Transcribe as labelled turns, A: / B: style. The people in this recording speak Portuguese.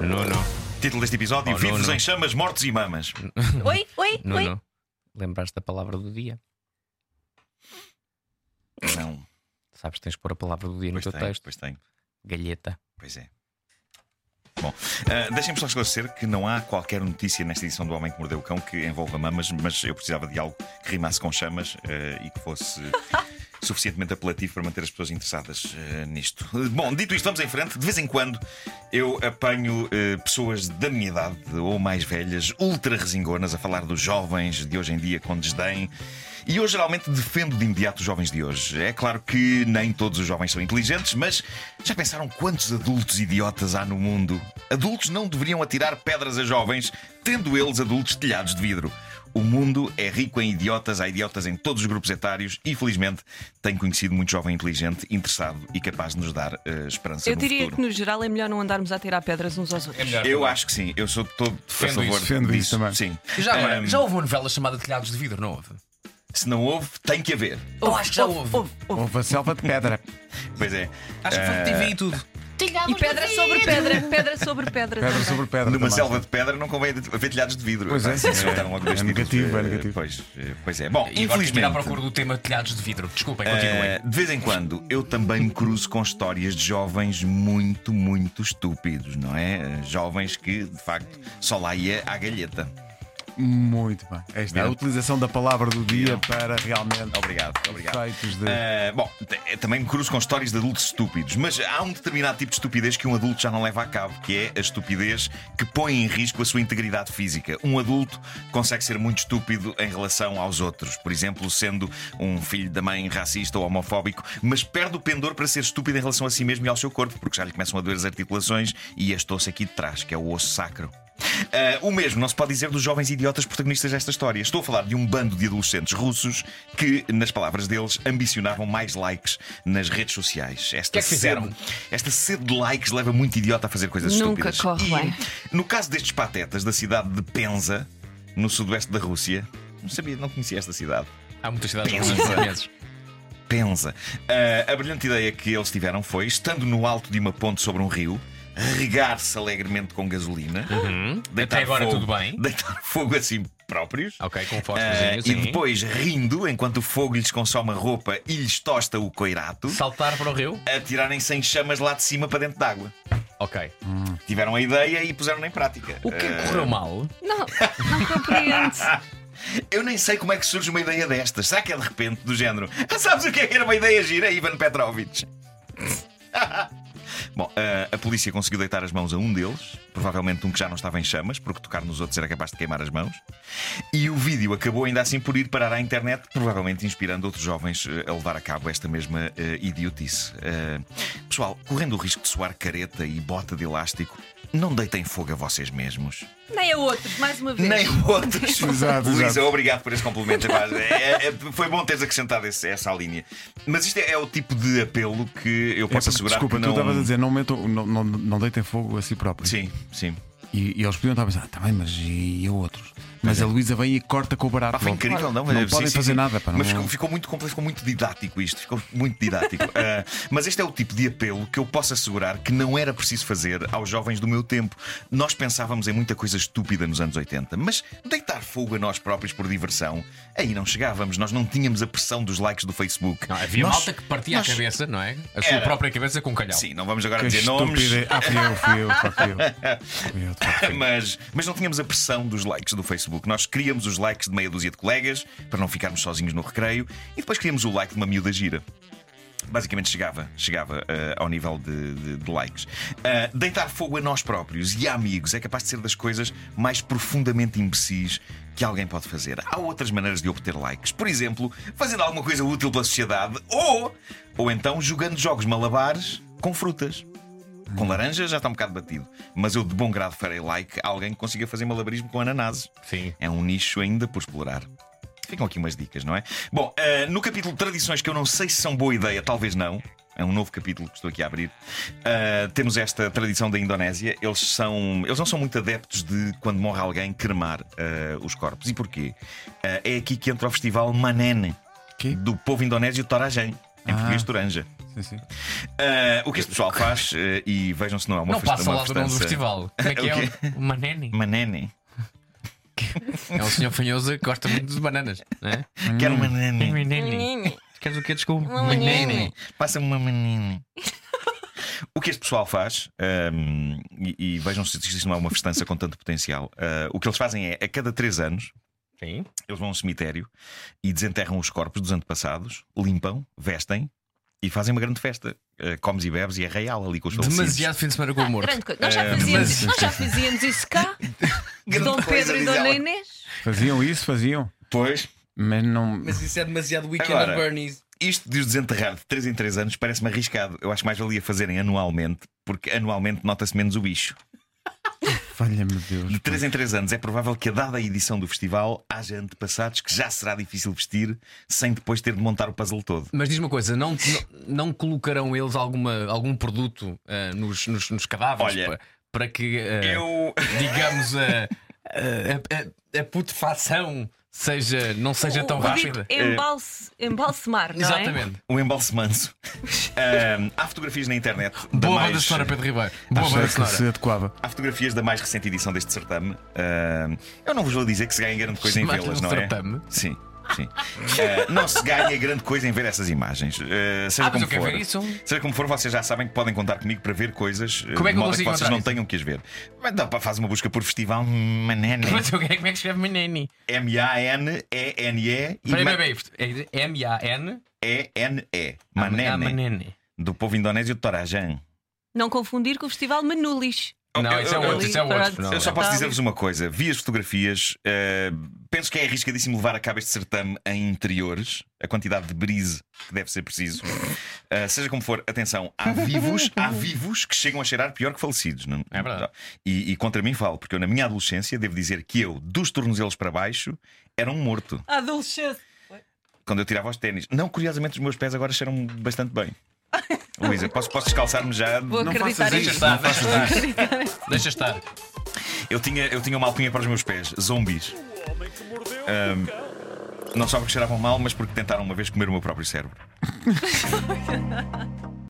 A: Nuno,
B: Título deste episódio:
A: Oh,
B: Vivos
A: Nuno.
B: em chamas, mortos e mamas.
C: Oi, oi, oi.
A: Nuno, lembraste da palavra do dia?
B: Não,
A: Sabes que tens que pôr a palavra do dia
B: pois
A: no teu
B: tem,
A: texto.
B: pois tem.
A: Galheta.
B: Pois é. Bom, ah, deixem-me só esclarecer que não há qualquer notícia nesta edição do Homem que Mordeu o Cão que envolva mamas, mas eu precisava de algo que rimasse com chamas ah, e que fosse suficientemente apelativo para manter as pessoas interessadas ah, nisto. Bom, dito isto, vamos em frente. De vez em quando eu apanho ah, pessoas da minha idade ou mais velhas, ultra resingonas, a falar dos jovens de hoje em dia com desdém. E eu geralmente defendo de imediato os jovens de hoje. É claro que nem todos os jovens são inteligentes, mas já pensaram quantos adultos idiotas há no mundo? Adultos não deveriam atirar pedras a jovens, tendo eles adultos telhados de vidro. O mundo é rico em idiotas, há idiotas em todos os grupos etários e, felizmente, tenho conhecido muito jovem inteligente, interessado e capaz de nos dar eh, esperança
C: Eu
B: no
C: diria
B: futuro.
C: que no geral é melhor não andarmos a tirar pedras uns
D: É
C: aos outros.
B: Eu acho que sim, eu sou todo a
D: Defendo
B: favor
D: isso,
B: disso.
D: defendo isso também.
B: Sim.
D: Já, agora,
B: Ahm,
D: já houve uma novela chamada Telhados de Vidro, não houve?
B: Se não houve, tem que haver.
D: Eu acho que já houve.
E: Houve a selva de pedra.
B: Pois é.
D: Acho que foi de TV e tudo.
C: E pedra sobre pedra, pedra sobre pedra.
E: Pedra
C: também.
E: sobre pedra.
B: Numa
E: também.
B: selva de pedra não convém haver telhados de vidro.
E: Pois é,
B: Pá, se
E: é.
B: botaram logo dois
E: É
B: títulos,
E: negativo, é
B: eh,
E: negativo.
B: Pois, eh, pois é. Bom,
D: E agora tive que ir à
B: infelizmente.
D: procura do tema Telhados de Vidro. Desculpem, continuem.
B: eh, de vez em quando eu também me cruzo com histórias de jovens muito, muito estúpidos, não é? Eh, Jovens que, de facto, só lá ia à galheta.
E: Muito bem. Esta é a utilização da palavra do dia para realmente.
B: Obrigado, obrigado.
E: Feitos de.
B: Eh, bom, t- eh, também me cruzo com histórias de adultos estúpidos, mas há um determinado tipo de estupidez que um adulto já não leva a cabo, que é a estupidez que põe em risco a sua integridade física. Um adulto consegue ser muito estúpido em relação aos outros, por exemplo, sendo um filho da mãe racista ou homofóbico, mas perde o pendor para ser estúpido em relação a si mesmo e ao seu corpo, porque já lhe começam a doer as articulações e este osso aqui de trás, que é o osso sacro. Ah, o mesmo não se pode dizer dos jovens idiotas protagonistas desta história. Estou a falar de um bando de adolescentes russos que, nas palavras deles, ambicionavam mais likes nas redes sociais. Esta
D: que é que fizeram?
B: sede- esta sede de likes leva muito idiota a fazer coisas
C: Nunca
B: estúpidas.
C: corre
B: E,
C: bem.
B: No caso destes patetas da cidade de Penza, no sudoeste da Rússia, não sabia, não conhecia esta cidade.
D: Há muitas cidades
B: Pensa.
D: russas imensos.
B: Pensa. Ah, a brilhante ideia que eles tiveram foi, estando no alto de uma ponte sobre um rio, regar-se alegremente com gasolina, deitar
D: Uhum. Até agora
B: fogo-
D: tudo bem.
B: Deitar fogo a si próprios.
D: Ok, com
B: ah,
D: fósforos
B: e depois rindo, enquanto o fogo lhes consome a roupa e lhes tosta o coirato,
D: Saltar para o rio?
B: atirarem-se em chamas lá de cima para dentro d'água.
D: Ok.
B: Tiveram a ideia e puseram em prática.
D: O que
B: Ah,
D: correu mal?
C: Não, não compreendo.
B: Eu nem sei como é que surge uma ideia destas. Será que é de repente do género? Ah, sabes o que é que era uma ideia gira, Ivan Petrovich? Bom, ah, a polícia conseguiu deitar as mãos a um deles, provavelmente um que já não estava em chamas, porque tocar nos outros era capaz de queimar as mãos. E o vídeo acabou ainda assim por ir parar à internet, provavelmente inspirando outros jovens eh, a levar a cabo esta mesma eh, idiotice. Eh, pessoal, correndo o risco de soar careta e bota de elástico, não deitem fogo a vocês mesmos.
C: Nem a outros, mais uma vez.
B: Nem outros.
E: Exato,
B: Luísa,
E: exato.
B: obrigado por esse complemento. epá. É- é- foi bom teres acrescentado esse- essa linha. Mas isto é, é o tipo de apelo que eu posso
E: É porque,
B: assegurar
E: desculpa,
B: que
E: tu
B: não.
E: estavas a dizer, não, metam, não, não, não deitem fogo a si próprios.
B: Sim, sim.
E: E, e eles podiam estar a pensar, também, mas e, e a outros? Mas a Luísa vem e corta com o barato.
B: é. Pá, foi
E: logo.
B: incrível, não?
E: Não
B: Sim,
E: podem
B: sim,
E: fazer
B: sim.
E: nada. Pá, não- é? um
B: Mas ficou, ficou muito complexo, ficou muito didático isto. Ficou muito didático. Ah, mas este é o tipo de apelo que eu posso assegurar que não era preciso fazer aos jovens do meu tempo. Nós pensávamos em muita coisa estúpida nos anos 80, mas deitar fogo a nós próprios por diversão, aí não chegávamos. Nós não tínhamos a pressão dos likes do Facebook.
D: Não, havia
B: Nós-
D: malta que partia
B: nós-
D: a cabeça, não é? A sua
B: Era.
D: própria cabeça com um calhau.
B: Sim, não vamos agora
E: Que
B: dizer nomes.
E: estúpida. Ah, fui eu, fui eu, pá, fui eu. Fui eu, de facto, fui eu.
B: Mas, mas não tínhamos a pressão dos likes do Facebook. Nós queríamos os likes de meia dúzia de colegas para não ficarmos sozinhos no recreio e depois queríamos o like de uma miúda gira. Basicamente chegava, chegava eh, ao nível de, de- de likes. Ah, deitar fogo a nós próprios e a amigos é capaz de ser das coisas mais profundamente imbecis que alguém pode fazer. Há outras maneiras de obter likes. Por exemplo, fazendo alguma coisa útil pela sociedade ou, ou então jogando jogos malabares com frutas. Com laranja já está um bocado batido, mas eu de bom grado farei like a alguém que consiga fazer malabarismo com ananases.
D: Sim.
B: É um nicho ainda por explorar. Ficam aqui umas dicas, não é? Bom, ah, no capítulo Tradições, que eu não sei se são boa ideia, talvez não. É um novo capítulo que estou aqui a abrir. ah, temos esta tradição da Indonésia. Eles, são, eles não são muito adeptos de, quando morre alguém, cremar ah, os corpos. E porquê? Ah, é aqui que entra o festival Manene,
E: Quê?
D: Ah.
B: do povo indonésio Torajan, em português Toranja.
E: Sim, sim.
B: Ah, o que este pessoal faz, eh, e vejam se não é uma
D: Não
B: festa-
D: passa
B: uma
D: lá do nome do
B: festança-
D: festival. Como é que
B: O
D: é? O Maneni.
B: Manene.
D: É um senhor fanhoso que gosta muito de bananas. não é?
B: Quero uma manene.
D: Maneni. Queres o quê? Desculpa. Maneni.
B: Passa-me uma manene. O que este pessoal faz, ahm, e, e vejam se isto não é uma festança com tanto potencial, ah, o que eles fazem é, a cada três anos,
D: Sim.
B: eles vão a um cemitério e desenterram os corpos dos antepassados, limpam, vestem e fazem uma grande festa. Ah, comes e bebes e é real ali com os falecidos.
D: Demasiado fim de semana com o morto.
C: Ah, Grande coisa. Nós
D: É,
C: já fazíamos, isso- nós já fazíamos isso cá.
B: Grande
C: Dom
B: coisa,
C: Pedro e
B: diz
C: Dona
B: ela.
C: Inês.
E: Faziam isso, faziam.
B: Pois,
E: Mas não.
D: isso é demasiado
B: Weekend at
D: Bernie's.
B: isto de os desenterrar de 3 em 3 anos parece-me arriscado. Eu acho que mais valia fazerem anualmente, porque anualmente nota-se menos o bicho.
E: Falha-me Deus.
B: De 3 em 3 anos é provável que, a dada a edição do festival, haja antepassados que já será difícil vestir sem depois ter de montar o puzzle todo.
D: Mas diz uma coisa, não, não, não colocarão eles alguma, algum produto ah, nos, nos, nos cadáveres
B: Olha,
D: pa- para, que, ah,
B: Eu.
D: digamos, a, a, a- a putrefação seja, não seja tão
C: O- o
D: rápida? É.
C: dito Embalse, embalsemar, não é?
D: Exatamente.
B: O embalse manso. Ahm, há fotografias na internet. da
D: Boa
B: mais-
D: banda sonora, Pedro Ribeiro. Boa
E: Achei
D: banda
E: que se
D: sonora.
E: adequava.
B: Há fotografias da mais recente edição deste certame. Ahm, eu não vos vou dizer que se ganha grande coisa em
D: Chamaste-lhe
B: vê-las,
D: um
B: não é?
D: certame?
B: Sim, sim. Ah, não se ganha grande coisa em ver essas imagens. Ah, seja
D: Ah, mas
B: como
D: eu quero
B: for.
D: ver isso.
B: Seja é como for, vocês já sabem que podem contar comigo para ver coisas. ah,
D: Como é que
B: de
D: eu
B: modo
D: consigo
B: que vocês não
D: encontrar
B: tenham que as ver. Mas dá para fazer uma busca por festival Manene.
D: Mas o que é como é que escreve Meneni?
B: M-A-N-E-N-E
D: Peraí,
B: e
D: peraí, peraí. É M-A-N.
B: E-N-E.
D: Ah,
B: Manene.
D: Manene.
B: Do povo indonésio de Torajan.
C: Não confundir com o Festival Manulis.
D: Não, isso é
B: Eu- eu-
D: outro, isso é outro. não,
B: Eu só
D: não.
B: posso
C: Tá.
B: dizer-vos uma coisa: vi as fotografias, eh, penso que é arriscadíssimo levar a cabo este certame em interiores, a quantidade de brise que deve ser preciso. Eh, seja como for, atenção, há vivos, há vivos que chegam a cheirar pior que falecidos. Não?
D: É verdade.
B: E, e contra mim falo, porque eu na minha adolescência devo dizer que eu, dos tornozelos para baixo, era um morto
C: Adolescência.
B: quando eu tirava os ténis. Não, curiosamente, os meus pés agora cheiram bastante bem. Luísa, posso, posso descalçar-me já?
C: Vou
E: Não
C: acreditar
E: faças
C: em
D: Deixa
E: isso.
C: ti.
D: estar, deixa estar. Deixa estar.
B: Eu tinha, eu tinha uma alcunha para os meus pés, zombies. Ahm, não só porque cheiravam mal, mas porque tentaram uma vez comer o meu próprio cérebro.